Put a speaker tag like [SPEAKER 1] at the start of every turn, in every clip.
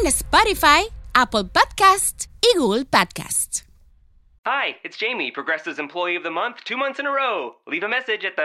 [SPEAKER 1] en Spotify, Apple Podcast y Google Podcast.
[SPEAKER 2] Hi, it's Jamie, Progressive's Employee of the Month, two months in a row. Leave a message at the.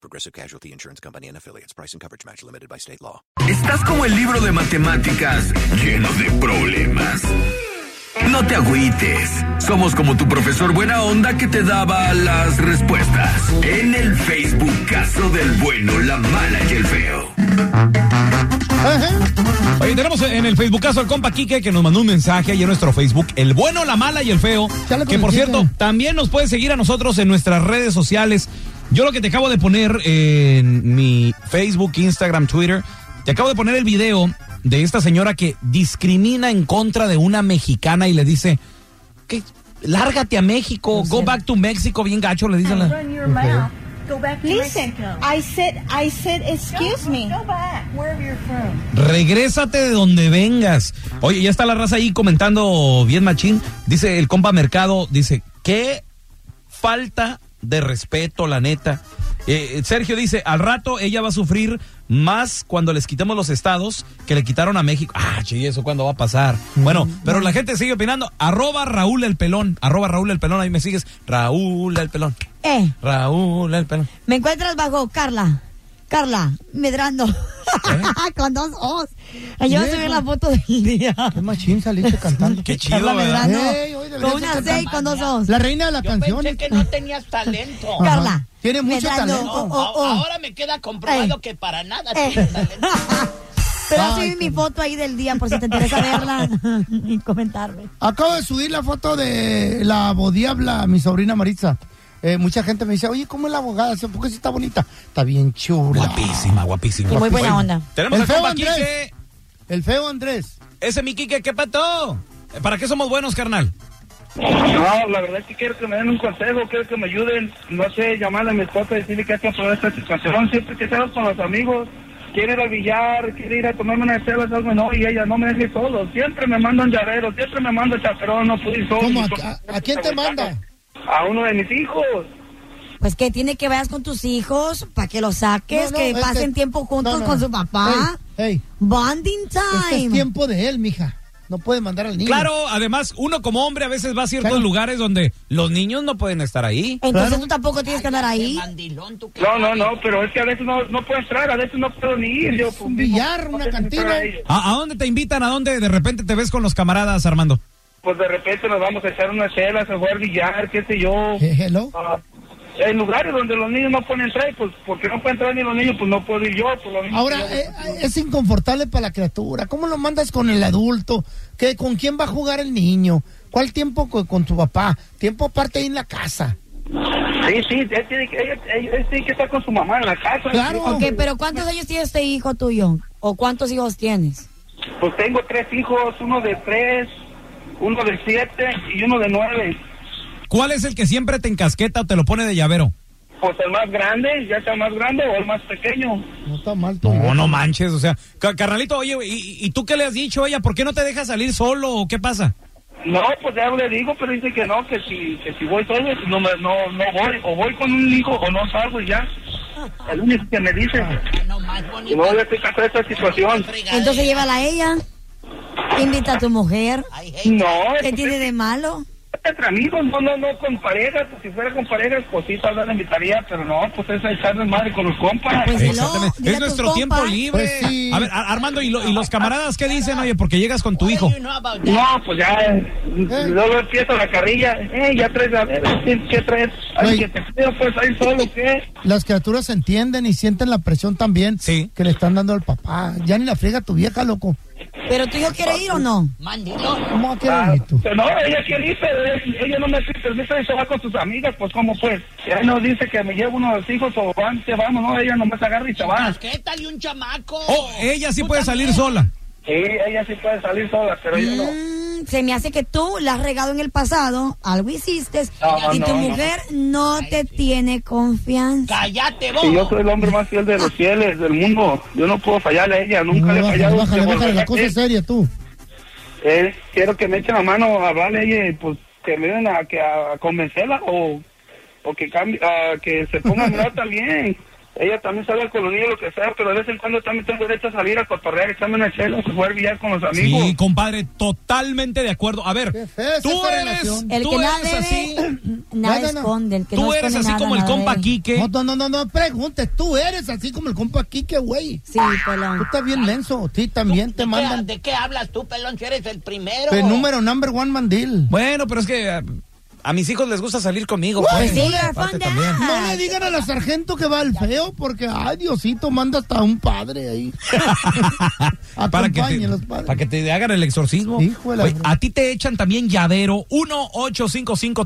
[SPEAKER 3] Progressive Casualty Insurance Company and Affiliates. Price and coverage match limited by state law.
[SPEAKER 4] Estás como el libro de matemáticas, lleno de problemas. No te agüites. Somos como tu profesor buena onda que te daba las respuestas. En el Facebook caso del bueno, la mala y el feo.
[SPEAKER 5] Oye, tenemos en el Facebook caso al compa Quique que nos mandó un mensaje ahí en nuestro Facebook, el bueno, la mala y el feo.
[SPEAKER 6] Ya lo
[SPEAKER 5] Que por
[SPEAKER 6] conociste.
[SPEAKER 5] cierto, también nos puede seguir a nosotros en nuestras redes sociales. Yo lo que te acabo de poner en mi Facebook, Instagram, Twitter, te acabo de poner el video de esta señora que discrimina en contra de una mexicana y le dice, que lárgate a México, go back to México, bien gacho, le dicen. la-
[SPEAKER 7] Run your mouth. Go back to
[SPEAKER 8] Listen,
[SPEAKER 7] Mexico.
[SPEAKER 8] I said, I said, excuse
[SPEAKER 7] go,
[SPEAKER 8] me.
[SPEAKER 7] Go back wherever you're from.
[SPEAKER 5] Regrésate de donde vengas. Oye, ya está la raza ahí comentando bien machín. Dice el compa Mercado, dice, qué falta de respeto, la neta. Eh, Sergio dice, al rato ella va a sufrir más cuando les quitemos los estados que le quitaron a México. Ah, che, ¿eso cuándo va a pasar? Bueno, pero la gente sigue opinando. Arroba Raúl el Pelón, arroba Raúl el Pelón, ahí me sigues. Raúl el Pelón,
[SPEAKER 9] Eh,
[SPEAKER 5] Raúl el Pelón.
[SPEAKER 9] me encuentras bajo Carla. Carla, medrando.
[SPEAKER 6] ¿Eh?
[SPEAKER 9] Con dos os. Yo voy a subir la foto del día.
[SPEAKER 6] Qué machín saliste cantando.
[SPEAKER 5] Qué chido,
[SPEAKER 9] Carla
[SPEAKER 5] ¿verdad?
[SPEAKER 9] medrando.
[SPEAKER 6] Ey, hoy deberías
[SPEAKER 9] con una
[SPEAKER 6] de
[SPEAKER 9] C y
[SPEAKER 6] cantar.
[SPEAKER 9] con dos os.
[SPEAKER 6] La reina de la canción.
[SPEAKER 8] tenías talento.
[SPEAKER 6] Ajá.
[SPEAKER 9] Carla.
[SPEAKER 6] Tiene mucho
[SPEAKER 9] medrando.
[SPEAKER 6] talento.
[SPEAKER 9] Oh, oh, oh.
[SPEAKER 8] me queda
[SPEAKER 9] comprobado
[SPEAKER 8] que para nada
[SPEAKER 9] Eh. Pero voy a subir
[SPEAKER 6] Ay,
[SPEAKER 9] mi foto ahí del día por si te interesa verla y comentarme.
[SPEAKER 6] Acabo de subir la foto de la bodiabla, mi sobrina Maritza. Eh, mucha gente me dice, oye, ¿cómo es la abogada? ¿Por qué sí está bonita? Está bien chula.
[SPEAKER 5] Guapísima, guapísima.
[SPEAKER 9] Y muy buena onda.
[SPEAKER 5] Tenemos
[SPEAKER 6] El
[SPEAKER 5] al
[SPEAKER 6] feo
[SPEAKER 5] compa
[SPEAKER 6] Andrés.
[SPEAKER 5] Quique.
[SPEAKER 6] El feo Andrés.
[SPEAKER 5] Ese mi Quique, ¿qué pato? ¿Para qué somos buenos, carnal?
[SPEAKER 10] No, la verdad es que quiero que me den un consejo, quiero que me ayuden, no sé, llamarle a mi esposa y decirle que hay que probar esta situación, siempre que salgo con los amigos, quiero ir al billar, quiero ir a tomarme una cerveza, algo, no, y ella no me deje solo, siempre me mandan llavero, siempre me manda chaperón, no pude ir solo.
[SPEAKER 6] ¿Cómo? ¿A, a- a quién te manda?
[SPEAKER 10] A uno de mis hijos.
[SPEAKER 9] Pues que tiene que vayas con tus hijos para que los saques,
[SPEAKER 6] No, no,
[SPEAKER 9] que
[SPEAKER 6] este-
[SPEAKER 9] pasen tiempo juntos
[SPEAKER 6] no, no,
[SPEAKER 9] con
[SPEAKER 6] no.
[SPEAKER 9] su papá.
[SPEAKER 6] Ey, ey,
[SPEAKER 9] Bonding
[SPEAKER 6] este
[SPEAKER 9] time.
[SPEAKER 6] es tiempo de él, mija. No puede mandar al niño.
[SPEAKER 5] Claro, además, uno como hombre a veces va a ciertos
[SPEAKER 6] Claro.
[SPEAKER 5] lugares donde los niños no pueden estar ahí.
[SPEAKER 9] Entonces
[SPEAKER 6] Claro.
[SPEAKER 9] tú tampoco tienes que andar ahí.
[SPEAKER 10] No, no, no, pero es que a veces no, no puedo entrar, a veces no puedo ni ir. Yo, pues,
[SPEAKER 6] Un billar, una cantina.
[SPEAKER 5] ¿A, a dónde te invitan? ¿A dónde de repente te ves con los camaradas, Armando?
[SPEAKER 10] Pues de repente nos vamos a echar unas chelas, a jugar billar, qué sé yo.
[SPEAKER 6] Eh, hello.
[SPEAKER 10] Ah, en lugares donde los niños no pueden entrar, y pues porque no pueden entrar ni los niños, pues no puedo ir yo. Por lo mismo
[SPEAKER 6] Ahora,
[SPEAKER 10] que yo-
[SPEAKER 6] eh, es inconfortable para la criatura. ¿Cómo lo mandas con el adulto? ¿Qué, ¿Con quién va a jugar el niño? ¿Cuál tiempo co- con, tu papá? Tiempo aparte ahí en la casa.
[SPEAKER 10] Sí, sí, él tiene, que, ella- ella- él tiene que estar con su mamá en la casa.
[SPEAKER 6] Claro.
[SPEAKER 9] Ok, pero ¿cuántos años tiene este hijo tuyo? ¿O cuántos hijos tienes?
[SPEAKER 10] Pues tengo tres hijos, uno de tres, uno de siete y uno de nueve.
[SPEAKER 5] ¿Cuál es el que siempre te encasqueta o te lo pone de llavero?
[SPEAKER 10] Pues el más grande, ya está más grande o el más pequeño.
[SPEAKER 6] No está mal tu
[SPEAKER 5] No, no manches, o sea, ca- carnalito, oye, ¿y, y tú qué le has dicho a ella? ¿Por qué no te deja salir solo o qué pasa?
[SPEAKER 10] No, pues ya le digo, pero dice que no, que si, que si voy
[SPEAKER 5] Pues,
[SPEAKER 10] solo, no, me- no, no voy, o voy con un hijo o no salgo y ya. El único que me dice. Y no, ya estoy cansado de esta situación.
[SPEAKER 6] eh.
[SPEAKER 9] Entonces llévala a ella. Invita a tu mujer.
[SPEAKER 10] No, pues,
[SPEAKER 9] ¿Qué tiene de malo?
[SPEAKER 10] Entre amigos, no, no, no, con parejas, pues si fuera con parejas, pues sí, tal vez la invitaría, pero no, pues es echar madre con los compas.
[SPEAKER 9] Pues,
[SPEAKER 6] Pues,
[SPEAKER 5] Exactamente. es nuestro tiempo libre. A ver, Ar- Armando, ¿y, lo- y los camaradas qué dicen? Oye, porque llegas con tu hijo.
[SPEAKER 10] No, pues ya, eh, luego empieza Pues, la carrilla, eh, ya traes, a ver, ¿qué traes? Ay, que te frío, pues ahí solo, ¿qué?
[SPEAKER 6] Las criaturas entienden y sienten la presión también que le están dando al papá. Ya ni la friega tu vieja, loco.
[SPEAKER 9] ¿Pero tu hijo quiere ir o no?
[SPEAKER 6] ¿Cómo va a querer ir tú?
[SPEAKER 10] Pero Ah, no, ella quiere ir, pero es- ella no me pide permiso y se va con sus amigas, pues cómo pues. Ella no dice que me llevo uno de los hijos o van, se vamos, no, ella nomás agarra y se va.
[SPEAKER 8] ¿Qué tal y un chamaco?
[SPEAKER 5] Oh, ella sí puede salir sola.
[SPEAKER 10] Sí, ella sí puede salir sola, pero yo no.
[SPEAKER 9] Mm, Se me hace que tú la has regado en el pasado, algo hiciste,
[SPEAKER 10] No,
[SPEAKER 9] y
[SPEAKER 10] no,
[SPEAKER 9] tu
[SPEAKER 10] no.
[SPEAKER 9] mujer no te tiene confianza.
[SPEAKER 8] ¡Cállate,
[SPEAKER 10] Si yo soy el hombre más fiel de los fieles del mundo, yo no puedo fallarle a ella, nunca le he fallado.
[SPEAKER 6] Bájale,
[SPEAKER 10] le
[SPEAKER 6] bájale,
[SPEAKER 10] volveré
[SPEAKER 6] la
[SPEAKER 10] a
[SPEAKER 6] cosa
[SPEAKER 10] hacer.
[SPEAKER 6] es seria, tú.
[SPEAKER 10] Eh, quiero que me echen la mano a hablarle a ella y pues que me den a, que a convencerla o, o que cambie, a que se ponga a mirar también. Ella también sale con los niños, lo que sea, pero de vez en cuando también tengo derecho a salir a cotorrear, echarme una chela, se fue a billar con los amigos.
[SPEAKER 5] Sí, compadre, totalmente de acuerdo. A ver, tú
[SPEAKER 10] esa
[SPEAKER 5] eres,
[SPEAKER 10] relación.
[SPEAKER 9] El
[SPEAKER 5] tú
[SPEAKER 9] que nada
[SPEAKER 5] eres
[SPEAKER 9] debe,
[SPEAKER 5] así.
[SPEAKER 9] nada
[SPEAKER 6] No, no, no.
[SPEAKER 9] esconde. El que no esconde nada, nada debe.
[SPEAKER 6] No, no, no, no, no preguntes. Tú eres así como el compa Quique, güey.
[SPEAKER 9] Sí, pelón.
[SPEAKER 6] Tú estás bien menso. Sí, también te mandan.
[SPEAKER 8] ¿De qué hablas tú, pelón? Si eres el primero.
[SPEAKER 6] El número number one mandil.
[SPEAKER 5] Bueno, pero es que a, a mis hijos les gusta salir conmigo.
[SPEAKER 6] Güey,
[SPEAKER 5] pues.
[SPEAKER 6] no le-
[SPEAKER 5] Aparte también.
[SPEAKER 6] No le digan a la sargento que va al feo porque, ay, Diosito, manda hasta un padre ahí.
[SPEAKER 5] para que,
[SPEAKER 6] Acompañen
[SPEAKER 5] te,
[SPEAKER 6] los padres.
[SPEAKER 5] para que te hagan el exorcismo. Güey, a ti te echan también llavero.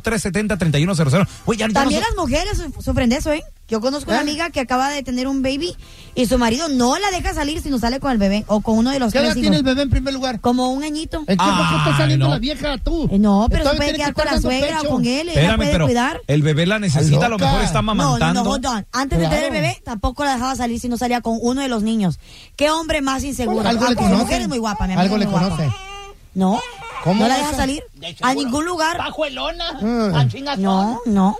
[SPEAKER 5] 1-855-370-3100. Güey, ya, ya
[SPEAKER 9] También
[SPEAKER 5] no so-
[SPEAKER 9] las mujeres su- sufren de eso, ¿eh? Yo conozco una amiga que acaba de tener un baby y su marido no la deja salir si no sale con el bebé o con uno de los
[SPEAKER 6] ¿Qué
[SPEAKER 9] tres
[SPEAKER 6] edad
[SPEAKER 9] hijos.
[SPEAKER 6] tiene el bebé en primer lugar?
[SPEAKER 9] Como un añito. Eh,
[SPEAKER 6] ¿En qué poco está saliendo
[SPEAKER 5] no.
[SPEAKER 6] la vieja tú?
[SPEAKER 9] No, pero se puede
[SPEAKER 6] Todavía tiene
[SPEAKER 9] quedar
[SPEAKER 6] que
[SPEAKER 9] con la
[SPEAKER 6] estar dando
[SPEAKER 9] suégra
[SPEAKER 6] pecho.
[SPEAKER 9] o con él. Ella
[SPEAKER 5] Espérame,
[SPEAKER 9] puede
[SPEAKER 5] pero
[SPEAKER 9] cuidar.
[SPEAKER 5] el bebé la necesita, a lo
[SPEAKER 9] loca.
[SPEAKER 5] mejor está mamantando.
[SPEAKER 9] No, no, no, hold on. Antes de tener el
[SPEAKER 5] Claro.
[SPEAKER 9] bebé, tampoco la dejaba salir si no salía con uno de los niños. ¿Qué hombre más inseguro?
[SPEAKER 6] Algo le
[SPEAKER 9] Aunque su
[SPEAKER 6] conoce.
[SPEAKER 9] mujer es muy guapa, mi amiga
[SPEAKER 6] Algo
[SPEAKER 9] es
[SPEAKER 6] le
[SPEAKER 9] muy guapa.
[SPEAKER 6] conoce.
[SPEAKER 9] No.
[SPEAKER 6] ¿Cómo
[SPEAKER 9] no
[SPEAKER 6] Ah.
[SPEAKER 9] la
[SPEAKER 6] no
[SPEAKER 9] deja
[SPEAKER 6] sabe?
[SPEAKER 9] salir a ningún lugar.
[SPEAKER 8] Pajuelona. chingas
[SPEAKER 9] No, no.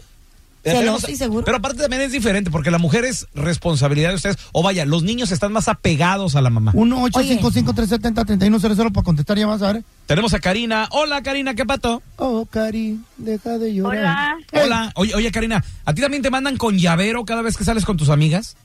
[SPEAKER 5] Pero
[SPEAKER 9] Celosa
[SPEAKER 5] tenemos-
[SPEAKER 9] y seguro.
[SPEAKER 5] Pero aparte también es diferente porque la mujer es responsabilidad de ustedes. O vaya, los niños están más apegados a la mamá.
[SPEAKER 6] 1 855 370 3100 para contestar llamadas, a ver.
[SPEAKER 5] Tenemos a Karina. Hola, Karina, ¿qué pato?
[SPEAKER 6] Oh, Cari, deja de llorar.
[SPEAKER 5] Hola. Oye, oye, Karina, ¿a ti también te mandan con llavero cada vez que sales con tus amigas?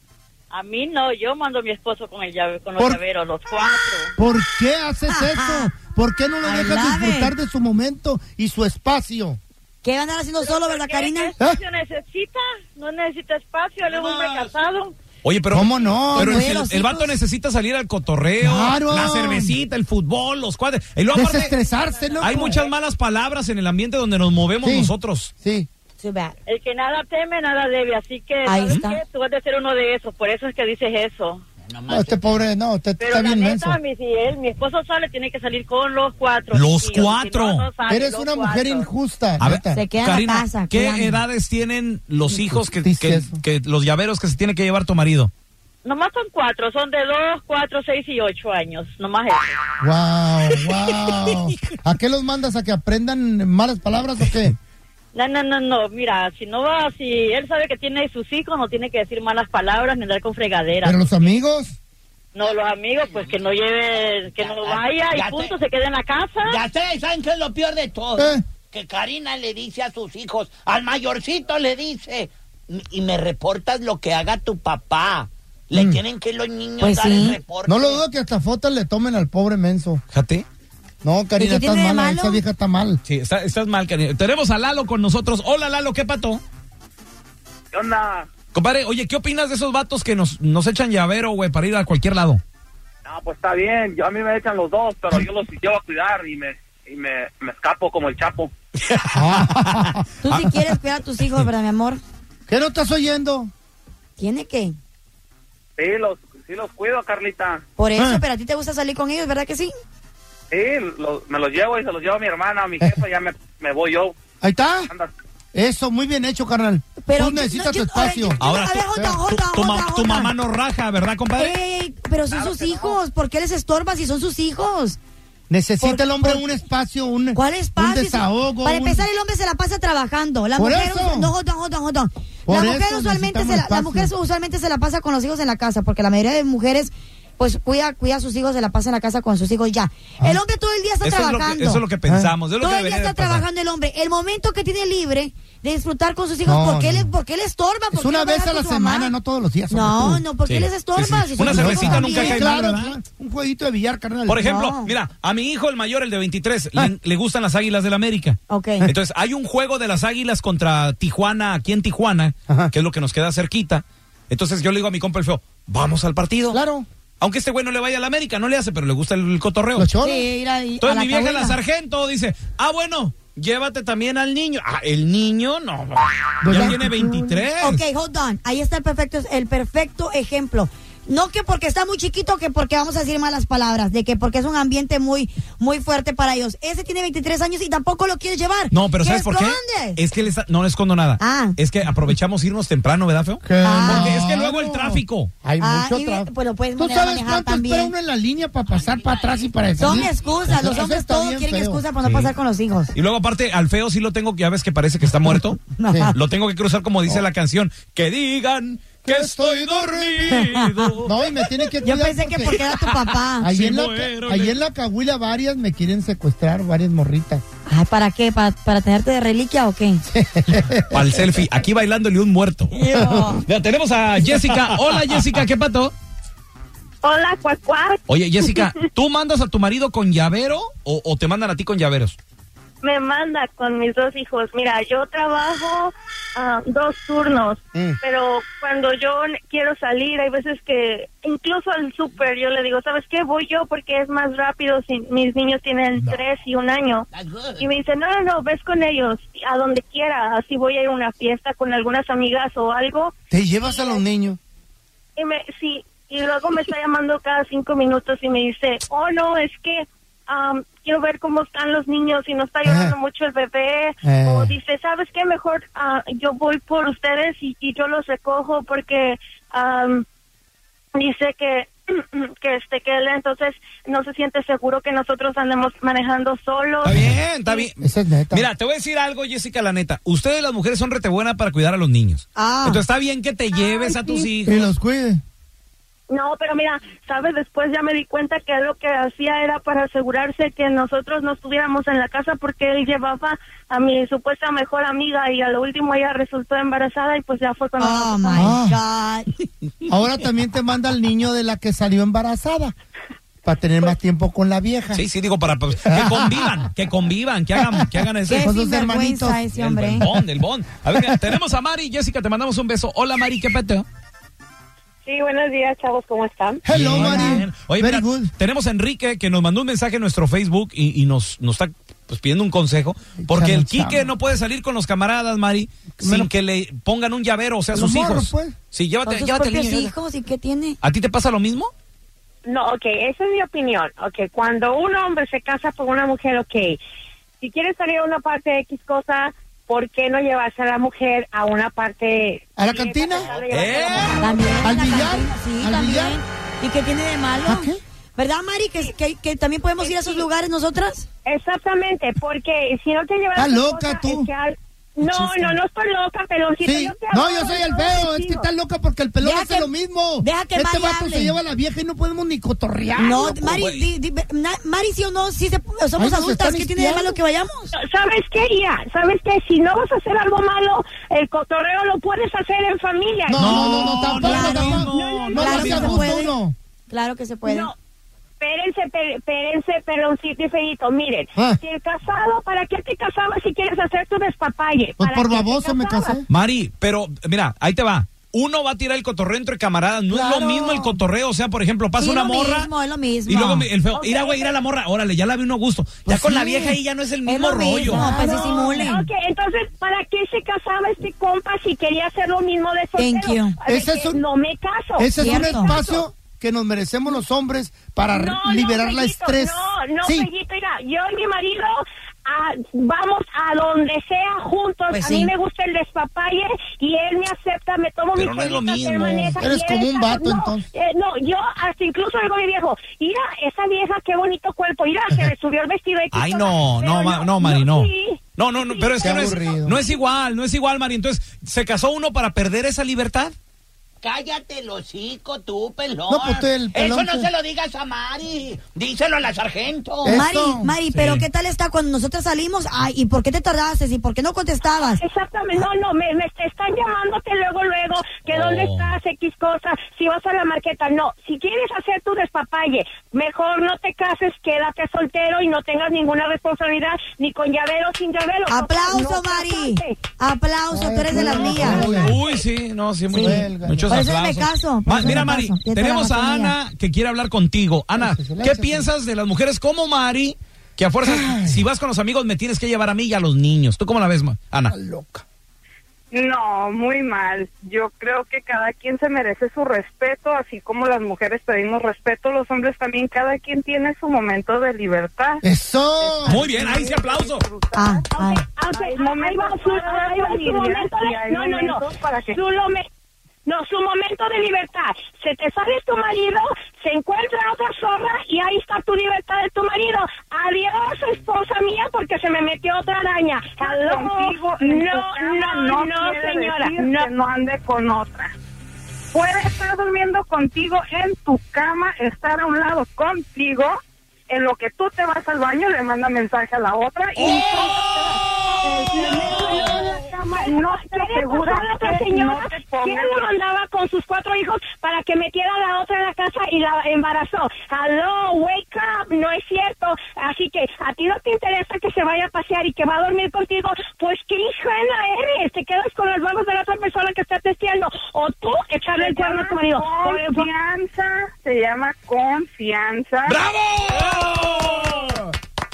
[SPEAKER 11] A mí no, yo mando a mi esposo con el llave, con los
[SPEAKER 6] Por-
[SPEAKER 11] llaveros, los cuatro.
[SPEAKER 6] ¿Por qué haces eso? ¿Por qué no lo
[SPEAKER 11] I
[SPEAKER 6] dejas
[SPEAKER 11] love
[SPEAKER 6] disfrutar
[SPEAKER 11] it.
[SPEAKER 6] de su momento y su espacio? ¿Eh?
[SPEAKER 9] ¿Qué van a andar haciendo solo, verdad, Karina?
[SPEAKER 11] No necesita, no necesita espacio, él es un hombre casado.
[SPEAKER 5] Oye, pero.
[SPEAKER 6] ¿Cómo no?
[SPEAKER 5] Pero
[SPEAKER 6] Güey,
[SPEAKER 5] el,
[SPEAKER 6] los
[SPEAKER 5] el vato necesita salir al cotorreo,
[SPEAKER 6] Claro.
[SPEAKER 5] la cervecita, el fútbol, los cuadros. Y luego, aparte,
[SPEAKER 6] Desestresarse, loco.
[SPEAKER 5] Hay muchas malas palabras en el ambiente donde nos movemos
[SPEAKER 6] Sí.
[SPEAKER 5] nosotros.
[SPEAKER 6] Sí.
[SPEAKER 11] El que nada teme, nada debe, así que
[SPEAKER 9] Ahí
[SPEAKER 11] ¿sabes
[SPEAKER 9] está.
[SPEAKER 11] qué? tú vas a ser uno de esos, por eso es que dices eso.
[SPEAKER 6] No, este pobre, no, te,
[SPEAKER 11] Pero
[SPEAKER 6] está
[SPEAKER 11] la
[SPEAKER 6] bien menso.
[SPEAKER 11] neta, mi, si él, mi esposo sale, tiene que salir con los cuatro.
[SPEAKER 5] Los
[SPEAKER 11] chiquillos, si
[SPEAKER 5] cuatro.
[SPEAKER 11] no, no sale,
[SPEAKER 6] Eres
[SPEAKER 11] los
[SPEAKER 6] una
[SPEAKER 11] cuatro.
[SPEAKER 6] mujer injusta.
[SPEAKER 5] A ver,
[SPEAKER 6] neta.
[SPEAKER 5] Karina, ¿qué edades tienen los hijos que, que, que los llaveros que se tiene que llevar tu marido?
[SPEAKER 11] Nomás son cuatro, son de dos, cuatro, seis y ocho años, nomás eso.
[SPEAKER 6] Wow, wow. ¿A qué los mandas a que aprendan malas palabras o qué?
[SPEAKER 11] No, no, no, no, mira, si no va, si él sabe que tiene sus hijos, no tiene que decir malas palabras ni andar con fregaderas.
[SPEAKER 6] Pero los amigos,
[SPEAKER 11] No, los amigos, pues que no lleve, que no vaya
[SPEAKER 8] ya
[SPEAKER 11] y punto, se quede en la casa.
[SPEAKER 8] Ya sé, ¿saben qué es lo peor de todo? Que Karina le dice a sus hijos, al mayorcito le dice, "M- y me reportas lo que haga tu papá. Le
[SPEAKER 6] Mm.
[SPEAKER 8] tienen que los niños
[SPEAKER 6] Pues
[SPEAKER 8] dar
[SPEAKER 6] sí.
[SPEAKER 8] el reporte.
[SPEAKER 6] no lo dudo que hasta fotos le tomen al pobre menso.
[SPEAKER 5] Fíjate.
[SPEAKER 6] No, Karina,
[SPEAKER 5] ¿Y qué
[SPEAKER 6] estás
[SPEAKER 5] tiene de
[SPEAKER 6] mala,
[SPEAKER 5] malo?
[SPEAKER 6] esa vieja está mal.
[SPEAKER 5] Sí, está- estás mal, Karina. Tenemos a Lalo con nosotros. Hola, Lalo, ¿qué pato?
[SPEAKER 10] ¿Qué onda?
[SPEAKER 5] Compadre, oye, ¿qué opinas de esos vatos que nos, nos echan llavero, güey, para ir a cualquier lado?
[SPEAKER 10] No, pues está bien, yo a mí me echan los dos, pero yo los llevo a cuidar y me, y me, me escapo como el chapo.
[SPEAKER 9] Tú si quieres cuidar a tus hijos, ¿verdad, mi amor?
[SPEAKER 6] Ah. ¿Qué no estás oyendo?
[SPEAKER 9] ¿Tiene que?
[SPEAKER 10] Sí, los, sí los cuido, Carlita.
[SPEAKER 9] Por
[SPEAKER 6] Ah.
[SPEAKER 9] eso, pero a ti te gusta salir con ellos, ¿verdad que sí?
[SPEAKER 10] Sí, los- me los llevo y se los llevo a mi hermana, a mi jefa, ya me, me voy yo.
[SPEAKER 6] Ahí está. Eso, muy bien hecho, carnal.
[SPEAKER 9] Pero
[SPEAKER 6] Tú
[SPEAKER 9] yo-
[SPEAKER 6] necesitas
[SPEAKER 9] no,
[SPEAKER 6] tu
[SPEAKER 9] yo-
[SPEAKER 6] espacio.
[SPEAKER 5] Ahora,
[SPEAKER 9] a ver,
[SPEAKER 5] tú-
[SPEAKER 9] Jota, Jota,
[SPEAKER 5] tu,
[SPEAKER 9] Jota, Eh,
[SPEAKER 5] ma- tu
[SPEAKER 9] Jota.
[SPEAKER 5] mamá no raja, ¿verdad, compadre?
[SPEAKER 9] Ey, pero son sus hijos, ¿por qué les estorbas si son sus hijos?
[SPEAKER 6] Necesita
[SPEAKER 9] Por-
[SPEAKER 6] el hombre
[SPEAKER 9] por-
[SPEAKER 6] un espacio, un,
[SPEAKER 9] ¿Cuál espacio?
[SPEAKER 6] un desahogo.
[SPEAKER 9] Para
[SPEAKER 6] un-
[SPEAKER 9] empezar, el hombre se la pasa trabajando. La
[SPEAKER 6] Por
[SPEAKER 9] mujer,
[SPEAKER 6] eso.
[SPEAKER 9] usu- no, hold on, hold on, hold on.
[SPEAKER 6] Por
[SPEAKER 9] La
[SPEAKER 6] eso
[SPEAKER 9] mujer, usualmente se la,
[SPEAKER 6] necesitamos
[SPEAKER 9] la mujer
[SPEAKER 6] espacio.
[SPEAKER 9] usualmente se la pasa con los hijos en la casa, porque la mayoría de mujeres pues cuida, cuida a sus hijos, se la pasa en la casa con sus hijos ya.
[SPEAKER 6] Ah.
[SPEAKER 9] El hombre todo el día está
[SPEAKER 5] Eso es lo que-
[SPEAKER 9] trabajando.
[SPEAKER 5] eso es lo que pensamos, es lo que
[SPEAKER 9] todo el día
[SPEAKER 5] debería de
[SPEAKER 9] está
[SPEAKER 5] pasar.
[SPEAKER 9] trabajando el hombre. El momento que tiene libre de disfrutar con sus hijos,
[SPEAKER 6] No,
[SPEAKER 9] porque,
[SPEAKER 6] no.
[SPEAKER 9] él, porque él estorba.
[SPEAKER 6] Es
[SPEAKER 9] porque
[SPEAKER 6] una
[SPEAKER 9] él va
[SPEAKER 6] vez
[SPEAKER 9] hablar
[SPEAKER 6] a la
[SPEAKER 9] con su mamá.
[SPEAKER 6] semana, no todos los días.
[SPEAKER 9] No, no, porque
[SPEAKER 5] Sí,
[SPEAKER 9] les
[SPEAKER 5] sí,
[SPEAKER 9] estorba.
[SPEAKER 5] sí.
[SPEAKER 9] si son
[SPEAKER 5] Una
[SPEAKER 9] hijos
[SPEAKER 5] cervecita
[SPEAKER 9] también.
[SPEAKER 5] nunca cae mal,
[SPEAKER 6] Claro,
[SPEAKER 5] ¿verdad?
[SPEAKER 6] claro, un jueguito de billar, carnal.
[SPEAKER 5] Por ejemplo,
[SPEAKER 9] No.
[SPEAKER 5] mira, a mi hijo, el mayor, el de 23,
[SPEAKER 6] Ah.
[SPEAKER 5] le, le gustan las Águilas del América.
[SPEAKER 9] Ok.
[SPEAKER 5] Entonces, hay un juego de las Águilas contra Tijuana, aquí en Tijuana, que es lo que nos queda cerquita. Entonces, yo le digo a mi compa el feo, vamos al partido.
[SPEAKER 6] Claro.
[SPEAKER 5] Aunque este güey no le vaya a la América, no le hace, pero le gusta el, el cotorreo.
[SPEAKER 6] Los cholos.
[SPEAKER 9] Sí, ir a- y- a
[SPEAKER 5] Entonces,
[SPEAKER 9] la
[SPEAKER 5] mi vieja,
[SPEAKER 9] cajuela.
[SPEAKER 5] la sargento, dice, ah, bueno, llévate también al niño. Ah, el niño, no, ya
[SPEAKER 6] ¿Verdad?
[SPEAKER 5] tiene 23.
[SPEAKER 9] Pues Ok, hold on. Ahí está el perfecto, el perfecto ejemplo. No que porque está muy chiquito, que porque vamos a decir malas palabras, de que porque es un ambiente muy, muy fuerte para ellos. Ese tiene 23 años y tampoco lo quieres llevar.
[SPEAKER 5] No, pero ¿sabes por qué?
[SPEAKER 9] escondes?
[SPEAKER 5] Es que le está- no le escondo nada.
[SPEAKER 9] Ah.
[SPEAKER 5] Es que aprovechamos irnos temprano, ¿verdad, feo?
[SPEAKER 6] Que
[SPEAKER 9] Ah.
[SPEAKER 5] Porque es que
[SPEAKER 6] no.
[SPEAKER 5] luego el tráfico.
[SPEAKER 6] Hay
[SPEAKER 9] Ah,
[SPEAKER 6] mucho
[SPEAKER 9] y-
[SPEAKER 6] trabajo.
[SPEAKER 9] pues lo puedes
[SPEAKER 6] ¿Tú sabes
[SPEAKER 9] manejar
[SPEAKER 6] cuánto espera
[SPEAKER 9] también.
[SPEAKER 6] uno en la línea para pasar para atrás y para
[SPEAKER 9] Son
[SPEAKER 6] salir?
[SPEAKER 9] excusas.
[SPEAKER 6] Eso-
[SPEAKER 9] Los
[SPEAKER 6] eso
[SPEAKER 9] hombres
[SPEAKER 6] está
[SPEAKER 9] todos
[SPEAKER 6] bien
[SPEAKER 9] quieren
[SPEAKER 6] feo.
[SPEAKER 9] excusas para no
[SPEAKER 5] Sí.
[SPEAKER 9] pasar con los hijos.
[SPEAKER 5] Y luego aparte, al feo sí lo tengo, ya ves que parece que está muerto.
[SPEAKER 9] No.
[SPEAKER 5] Lo tengo que cruzar como dice la canción. Que digan que estoy dormido.
[SPEAKER 6] No, y me tiene que
[SPEAKER 9] Yo
[SPEAKER 6] cuidar
[SPEAKER 9] pensé que
[SPEAKER 6] porque-
[SPEAKER 9] porque era tu papá.
[SPEAKER 6] Ahí,
[SPEAKER 5] Sí,
[SPEAKER 6] en la,
[SPEAKER 5] muero,
[SPEAKER 6] ahí
[SPEAKER 5] le-
[SPEAKER 6] en la cahuila varias me quieren secuestrar, varias morritas.
[SPEAKER 9] Ay, ¿para qué? ¿Para, para tenerte de reliquia o qué?
[SPEAKER 5] Al selfie, aquí bailándole un muerto.
[SPEAKER 9] Yo.
[SPEAKER 5] Ya tenemos a Jessica. Hola Jessica, ¿qué pato?
[SPEAKER 11] Hola, cuacuac.
[SPEAKER 5] Oye Jessica, ¿tú mandas a tu marido con llavero o, o te mandan a ti con llaveros?
[SPEAKER 11] Me manda con mis dos hijos. Mira, yo trabajo ah, dos turnos,
[SPEAKER 6] Mm.
[SPEAKER 11] pero cuando yo n- quiero salir, hay veces que incluso al súper yo le digo, ¿sabes qué? Voy yo porque es más rápido. Si mis niños tienen tres y un año.
[SPEAKER 8] That's good.
[SPEAKER 11] Y me dice, no, no, no, ves con ellos a donde quiera. Así voy a ir a una fiesta con algunas amigas o algo.
[SPEAKER 6] Te llevas a los niños.
[SPEAKER 11] Y me, sí, y luego me está llamando cada cinco minutos y me dice, oh no, es que am, quiero ver cómo están los niños y no está llorando
[SPEAKER 6] Ah.
[SPEAKER 11] mucho el bebé.
[SPEAKER 6] Eh.
[SPEAKER 11] O dice, ¿sabes qué? Mejor ah, yo voy por ustedes y, y yo los recojo porque am, dice que que este que él entonces no se siente seguro que nosotros andemos manejando solos.
[SPEAKER 5] Está bien, está bien.
[SPEAKER 6] Esa es neta.
[SPEAKER 5] Mira, te voy a decir algo, Jessica, la neta. Ustedes las mujeres son rete buenas para cuidar a los niños.
[SPEAKER 9] Ah.
[SPEAKER 5] Entonces está bien que te lleves a tus
[SPEAKER 6] y
[SPEAKER 5] hijos.
[SPEAKER 6] los cuide.
[SPEAKER 11] No, pero mira, sabes, después ya me di cuenta que lo que hacía era para asegurarse que nosotros no estuviéramos en la casa porque él llevaba a mi supuesta mejor amiga y a lo último ella resultó embarazada y pues ya fue con
[SPEAKER 9] Oh,
[SPEAKER 11] nosotros.
[SPEAKER 9] my
[SPEAKER 6] Ah.
[SPEAKER 9] God.
[SPEAKER 6] Ahora también te manda el niño de la que salió embarazada. Para tener más tiempo con la vieja.
[SPEAKER 5] Sí, sí, digo, para para- que convivan, que convivan, que hagan, que hagan ese.
[SPEAKER 9] Qué
[SPEAKER 6] Con sus
[SPEAKER 9] sinvergüenza
[SPEAKER 6] hermanitos.
[SPEAKER 9] ese
[SPEAKER 5] el,
[SPEAKER 9] hombre.
[SPEAKER 5] el bond, el bond. A ver, mira, tenemos a Mari, Jessica, te mandamos un beso. Hola Mari, ¿qué pete?
[SPEAKER 11] Sí, buenos días, chavos, ¿cómo están?
[SPEAKER 6] Hello, Mari.
[SPEAKER 5] Bien. Oye,
[SPEAKER 6] Very
[SPEAKER 5] mira,
[SPEAKER 6] good.
[SPEAKER 5] tenemos a Enrique que nos mandó un mensaje en nuestro Facebook y, y nos, nos está pues, pidiendo un consejo. Porque el
[SPEAKER 6] Chamo,
[SPEAKER 5] Quique
[SPEAKER 6] chamo.
[SPEAKER 5] no puede salir con los camaradas, Mari, sin
[SPEAKER 6] Bueno.
[SPEAKER 5] que le pongan un llavero, o sea,
[SPEAKER 6] Los
[SPEAKER 5] sus
[SPEAKER 6] morros,
[SPEAKER 5] hijos.
[SPEAKER 6] pues.
[SPEAKER 5] Sí,
[SPEAKER 9] Con
[SPEAKER 5] llévate,
[SPEAKER 9] sus
[SPEAKER 5] llévate al
[SPEAKER 9] propios
[SPEAKER 5] niño, llévate.
[SPEAKER 9] hijos y qué tiene.
[SPEAKER 5] ¿A ti te pasa lo mismo?
[SPEAKER 11] No, ok, esa es mi opinión. Ok, cuando un hombre se casa con una mujer, ok, si quieres salir a una parte de X cosa, ¿por qué no llevarse a la mujer a una parte...
[SPEAKER 6] ¿A la
[SPEAKER 11] Sí,
[SPEAKER 6] cantina?
[SPEAKER 11] tratar de llevarse a la
[SPEAKER 5] ¿Eh?
[SPEAKER 11] mujer.
[SPEAKER 9] También.
[SPEAKER 6] ¿Al
[SPEAKER 9] la
[SPEAKER 6] billar?
[SPEAKER 9] cantina, Sí,
[SPEAKER 6] ¿Al
[SPEAKER 9] también.
[SPEAKER 6] billar?
[SPEAKER 9] ¿Y qué tiene de malo?
[SPEAKER 6] ¿Ah, qué?
[SPEAKER 9] ¿Verdad, Mari? ¿Que, que, que también podemos ir a esos lugares nosotras?
[SPEAKER 11] Exactamente, porque si no te llevas...
[SPEAKER 6] ¿Estás
[SPEAKER 11] tu
[SPEAKER 6] loca
[SPEAKER 11] cosa,
[SPEAKER 6] tú?
[SPEAKER 11] es que al- No, no, no estoy loca, pero si
[SPEAKER 6] Sí.
[SPEAKER 11] te-
[SPEAKER 6] No, yo soy el feo. Es que está loca porque el pelón
[SPEAKER 9] Deja
[SPEAKER 6] hace
[SPEAKER 9] que-
[SPEAKER 6] lo mismo.
[SPEAKER 9] deja que
[SPEAKER 6] este
[SPEAKER 9] Mari
[SPEAKER 6] vato
[SPEAKER 9] hable.
[SPEAKER 6] se lleva a la vieja y no podemos ni cotorrear.
[SPEAKER 9] no,
[SPEAKER 6] loco.
[SPEAKER 9] Mari, di- di- na- Mari, sí o no, sí se-
[SPEAKER 6] Ay,
[SPEAKER 9] somos
[SPEAKER 6] nos
[SPEAKER 9] adultas.
[SPEAKER 6] están
[SPEAKER 9] ¿Qué tiene de malo
[SPEAKER 6] espiando.
[SPEAKER 9] que vayamos?
[SPEAKER 11] ¿Sabes qué, ya? ¿Sabes qué? Si no vas a hacer algo malo, el cotorreo lo puedes hacer en familia.
[SPEAKER 6] No, no, no, no, tampoco,
[SPEAKER 9] claro,
[SPEAKER 6] tampoco.
[SPEAKER 5] no,
[SPEAKER 6] No,
[SPEAKER 5] no,
[SPEAKER 6] no,
[SPEAKER 9] claro
[SPEAKER 6] se
[SPEAKER 9] que se
[SPEAKER 6] ajusta
[SPEAKER 9] puede.
[SPEAKER 6] uno.
[SPEAKER 9] Claro que se puede.
[SPEAKER 11] No. Espérense, per- espérense, peloncito y feito. Miren,
[SPEAKER 6] Ah.
[SPEAKER 11] si el casado, ¿para qué te casabas si quieres hacer tu despapalle?
[SPEAKER 6] Pues
[SPEAKER 11] ¿Para
[SPEAKER 6] por
[SPEAKER 11] qué te
[SPEAKER 6] baboso me
[SPEAKER 11] casabas?
[SPEAKER 6] casé.
[SPEAKER 5] Mari, pero mira, ahí te va. Uno va a tirar el cotorreo entre camaradas. No es
[SPEAKER 9] Claro.
[SPEAKER 5] lo mismo el cotorreo. O sea, por ejemplo, pasa
[SPEAKER 9] Sí,
[SPEAKER 5] una
[SPEAKER 9] lo
[SPEAKER 5] morra.
[SPEAKER 9] mismo, es lo mismo.
[SPEAKER 5] Y luego mi- el feo.
[SPEAKER 11] Ok,
[SPEAKER 5] Mira, güey, ir a la morra. Órale, ya la vi uno a gusto.
[SPEAKER 6] Pues
[SPEAKER 5] ya con la
[SPEAKER 6] sí.
[SPEAKER 5] vieja ahí ya no es el
[SPEAKER 9] Es
[SPEAKER 5] mismo
[SPEAKER 9] lo
[SPEAKER 5] rollo.
[SPEAKER 9] mismo.
[SPEAKER 6] Ah,
[SPEAKER 9] Pues sí,
[SPEAKER 11] Ah, No.
[SPEAKER 9] simulen.
[SPEAKER 11] Ok, entonces, ¿para qué se casaba este compa si quería hacer lo mismo de soltero?
[SPEAKER 9] Thank you.
[SPEAKER 11] De
[SPEAKER 6] Ese es
[SPEAKER 11] que
[SPEAKER 6] un-
[SPEAKER 11] No me caso.
[SPEAKER 6] Ese es un
[SPEAKER 9] Cierto.
[SPEAKER 6] espacio que nos merecemos los hombres para
[SPEAKER 11] No,
[SPEAKER 6] liberar
[SPEAKER 11] no,
[SPEAKER 6] la
[SPEAKER 11] Fellito,
[SPEAKER 6] estrés.
[SPEAKER 11] No, no,
[SPEAKER 6] sí.
[SPEAKER 11] Fellito, mira, yo y mi marido a- vamos a donde sea juntos.
[SPEAKER 6] Pues
[SPEAKER 11] a mí
[SPEAKER 6] sí.
[SPEAKER 11] me gusta el despapalle y él me acepta, me tomo
[SPEAKER 6] Pero
[SPEAKER 11] mi
[SPEAKER 6] no es lo
[SPEAKER 11] cerveza, él
[SPEAKER 6] mismo.
[SPEAKER 11] maneja y
[SPEAKER 6] Eres
[SPEAKER 11] él
[SPEAKER 6] como un
[SPEAKER 11] está-
[SPEAKER 6] vato,
[SPEAKER 11] no,
[SPEAKER 6] entonces.
[SPEAKER 11] eh, no, yo hasta incluso digo a mi viejo, mira, esa vieja, qué bonito cuerpo, mira, se le subió el vestido. de
[SPEAKER 5] Ay,
[SPEAKER 11] Cristo,
[SPEAKER 5] no,
[SPEAKER 11] pero
[SPEAKER 5] no, ma- no, Mari, no.
[SPEAKER 11] sí.
[SPEAKER 5] No, no, no, pero es
[SPEAKER 11] Qué
[SPEAKER 5] que no es,
[SPEAKER 6] aburrido.
[SPEAKER 5] no es igual, no es igual, Mari. Entonces, ¿se casó uno para perder esa libertad?
[SPEAKER 8] Cállate el hocico, tú, pelón.
[SPEAKER 5] No, pues, tú, el
[SPEAKER 8] Eso
[SPEAKER 5] pelón,
[SPEAKER 8] no
[SPEAKER 5] tú.
[SPEAKER 8] se lo digas a Mari. Díselo a la sargento.
[SPEAKER 9] Mari, Mari, pero ¿qué tal está cuando nosotros salimos? Ay, ¿y por qué te tardaste? ¿Y por qué no contestabas?
[SPEAKER 11] Exactamente, no, no, me, me están llamándote luego, luego, que dónde estás, X cosa, si vas a la marqueta, no, si quieres hacer tu despapalle, mejor no te cases, quédate soltero y no tengas ninguna responsabilidad, ni con llavero, sin llavero.
[SPEAKER 9] Aplauso,
[SPEAKER 11] No,
[SPEAKER 9] Mari. Aplauso, tú eres de las mías.
[SPEAKER 5] Uy, uy, sí, no, sí, mucho-
[SPEAKER 9] Cuelga.
[SPEAKER 5] muchos
[SPEAKER 9] Por eso me
[SPEAKER 5] aplausos.
[SPEAKER 9] caso, por
[SPEAKER 5] Ma-
[SPEAKER 9] eso
[SPEAKER 5] mira,
[SPEAKER 9] me
[SPEAKER 5] Mari,
[SPEAKER 9] caso. Qué
[SPEAKER 5] tenemos a
[SPEAKER 9] trabajotenía.
[SPEAKER 5] Ana que quiere hablar contigo. Ana, ¿qué piensas de las mujeres como Mari? Que a fuerzas, si vas con los amigos, me tienes que llevar a mí y a los niños. ¿Tú cómo la ves, Ma- Ana?
[SPEAKER 12] No, muy mal. Yo creo que cada quien se merece su respeto, así como las mujeres pedimos respeto, los hombres también, cada quien tiene su momento de libertad.
[SPEAKER 6] Eso.
[SPEAKER 5] Muy bien, ahí se aplauso. Ah,
[SPEAKER 9] Ah.
[SPEAKER 11] Aunque
[SPEAKER 12] Hay
[SPEAKER 11] ahí va
[SPEAKER 12] momentos
[SPEAKER 11] su,
[SPEAKER 12] para
[SPEAKER 11] ahí va su
[SPEAKER 12] familia
[SPEAKER 11] momento
[SPEAKER 12] y hay
[SPEAKER 11] de, no, no, no,
[SPEAKER 12] momentos para que-
[SPEAKER 11] su lome- no, su momento de libertad. Se te sale tu marido, se encuentra otra zorra y ahí está tu libertad de tu marido. Adiós, esposa mía, porque se me metió otra araña. Hello.
[SPEAKER 12] Contigo en tu
[SPEAKER 11] No,
[SPEAKER 12] cama
[SPEAKER 11] no, no,
[SPEAKER 12] quiere
[SPEAKER 11] señora.
[SPEAKER 12] decir
[SPEAKER 11] No.
[SPEAKER 12] que no ande con otra. Puede estar durmiendo contigo en tu cama, estar a un lado contigo, en lo que tú te vas al baño, le manda mensaje a la otra y
[SPEAKER 11] Oh. No Eh.
[SPEAKER 12] No
[SPEAKER 11] te
[SPEAKER 12] te
[SPEAKER 11] asegura
[SPEAKER 12] asegura
[SPEAKER 11] la otra
[SPEAKER 12] que
[SPEAKER 11] señora
[SPEAKER 12] no te
[SPEAKER 11] que
[SPEAKER 12] pongas-
[SPEAKER 11] la mandaba con sus cuatro hijos para que metiera a la otra en la casa y la embarazó. Aló, wake up, no es cierto. Así que a ti no te interesa que se vaya a pasear y que va a dormir contigo, pues qué hija eres. Te quedas con las manos de la otra persona que está testeando o tú echarle el cuerno a tu marido. Por- por-
[SPEAKER 12] Confianza, se llama confianza.
[SPEAKER 5] ¡Bravo!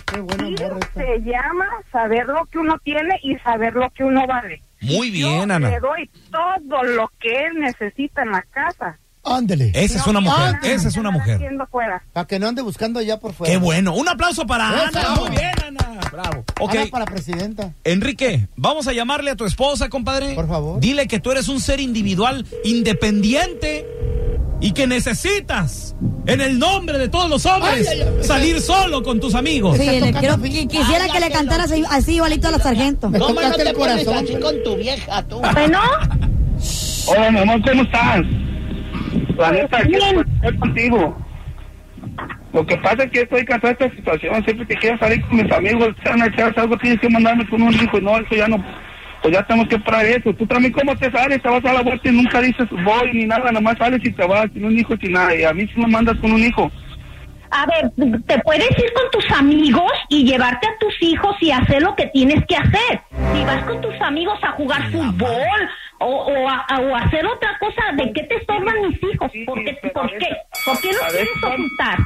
[SPEAKER 12] Qué se llama saber lo que uno tiene y saber lo que uno vale.
[SPEAKER 5] Muy bien,
[SPEAKER 12] Le
[SPEAKER 5] Ana.
[SPEAKER 12] doy todo lo que él necesita en la casa.
[SPEAKER 6] Ándele.
[SPEAKER 5] Esa es una mujer, esa es una mujer.
[SPEAKER 12] Siendo fuera.
[SPEAKER 6] Para que no ande buscando allá por fuera.
[SPEAKER 5] Qué bueno. Un aplauso para
[SPEAKER 6] Eso.
[SPEAKER 5] Ana. Muy bien, Ana. Bravo. Ok.
[SPEAKER 6] Ana para presidenta.
[SPEAKER 5] Enrique, vamos a llamarle a tu esposa, compadre. Por favor. Dile que tú eres un ser individual, independiente y que necesitas, en el nombre de todos los hombres,
[SPEAKER 9] Ay, ay, ay.
[SPEAKER 5] salir solo con tus amigos.
[SPEAKER 9] Oye, le quiero- qui- quisiera que le cantaras así, así igualito a la sargento.
[SPEAKER 8] ¿Cómo no te pones así con tu vieja, tú?
[SPEAKER 9] Bueno.
[SPEAKER 10] Hola, mi amor, ¿cómo estás? La neta, quiero platicar contigo. Lo que pasa es que estoy cansado de esta situación. Siempre que quiero salir con mis amigos, echar una charla, algo, tienes que mandarme con un hijo. Y no, eso ya no. Pues ya tenemos que parar eso. Tú también, ¿cómo te sales? Te vas a la vuelta y nunca dices voy ni nada. Nomás sales y te vas sin un hijo, sin nada. Y a mí sí me mandas con un hijo.
[SPEAKER 11] A ver, te puedes ir con tus amigos y llevarte a tus hijos y hacer lo que tienes que hacer. Si vas con tus amigos a jugar fútbol o, o a, a- o a hacer otra cosa, ¿de qué te estorban mis hijos? ¿Por qué, por qué, por qué los quieres ocultar?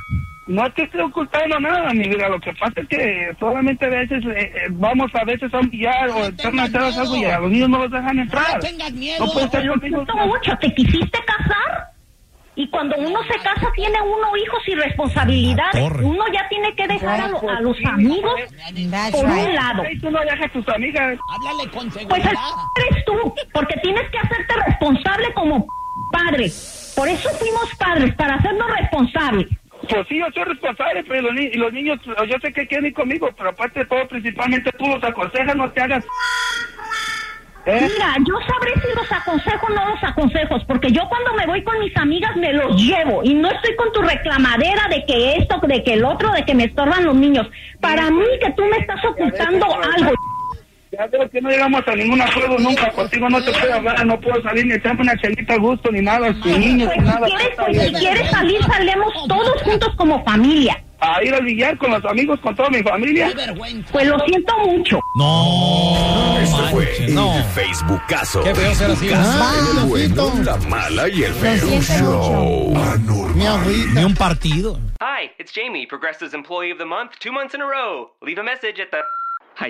[SPEAKER 10] No te estoy ocultando nada, mi vida. Lo que pasa es que solamente a veces eh, eh, vamos a veces a un billar o echar una charla, algo y a los niños no los dejan entrar.
[SPEAKER 11] No,
[SPEAKER 10] No pueden estar
[SPEAKER 11] lo
[SPEAKER 10] conmigo.
[SPEAKER 11] siento mucho, te quisiste casar y cuando uno se casa tiene uno hijos y responsabilidades. Uno ya tiene que dejar a, lo- a los amigos por un lado.
[SPEAKER 10] Tú no dejas a tus amigas.
[SPEAKER 8] Háblale con
[SPEAKER 11] Pues el
[SPEAKER 8] seguridad.
[SPEAKER 11] eres tú, porque tienes que hacerte responsable como padre. Por eso fuimos padres, para hacernos responsables.
[SPEAKER 10] Pues sí, yo soy responsable, pero los, ni- y los niños, yo sé que quieren ir conmigo, pero aparte de todo, principalmente tú los aconsejas, no te hagas. ¿Eh?
[SPEAKER 11] Mira, yo sabré si los aconsejo o no los aconsejos, porque yo cuando me voy con mis amigas me los llevo y no estoy con tu reclamadera de que esto, de que el otro, de que me estorban los niños. Para mí que tú me estás ocultando algo.
[SPEAKER 10] Ya veo que no llegamos a ningún acuerdo nunca, contigo no te puedo hablar, no puedo salir ni echarme una chelita a gusto, ni nada, sin niños, ni nada.
[SPEAKER 11] Si quieres, pues, si quieres salir, salemos todos juntos como familia.
[SPEAKER 10] A ir al billar con los amigos, con toda mi familia.
[SPEAKER 11] Pues lo siento mucho.
[SPEAKER 5] No.
[SPEAKER 4] Este fue
[SPEAKER 5] no.
[SPEAKER 4] el Facebookazo.
[SPEAKER 5] Qué feo ser así.
[SPEAKER 4] Facebookazo
[SPEAKER 5] Ah,
[SPEAKER 4] en el
[SPEAKER 5] lo
[SPEAKER 4] bueno, la mala y el feo show.
[SPEAKER 5] Ni un partido.
[SPEAKER 2] Hi, it's Jamie, Progressive's Employee of the Month, two months in a row. Leave a message at the. Hi,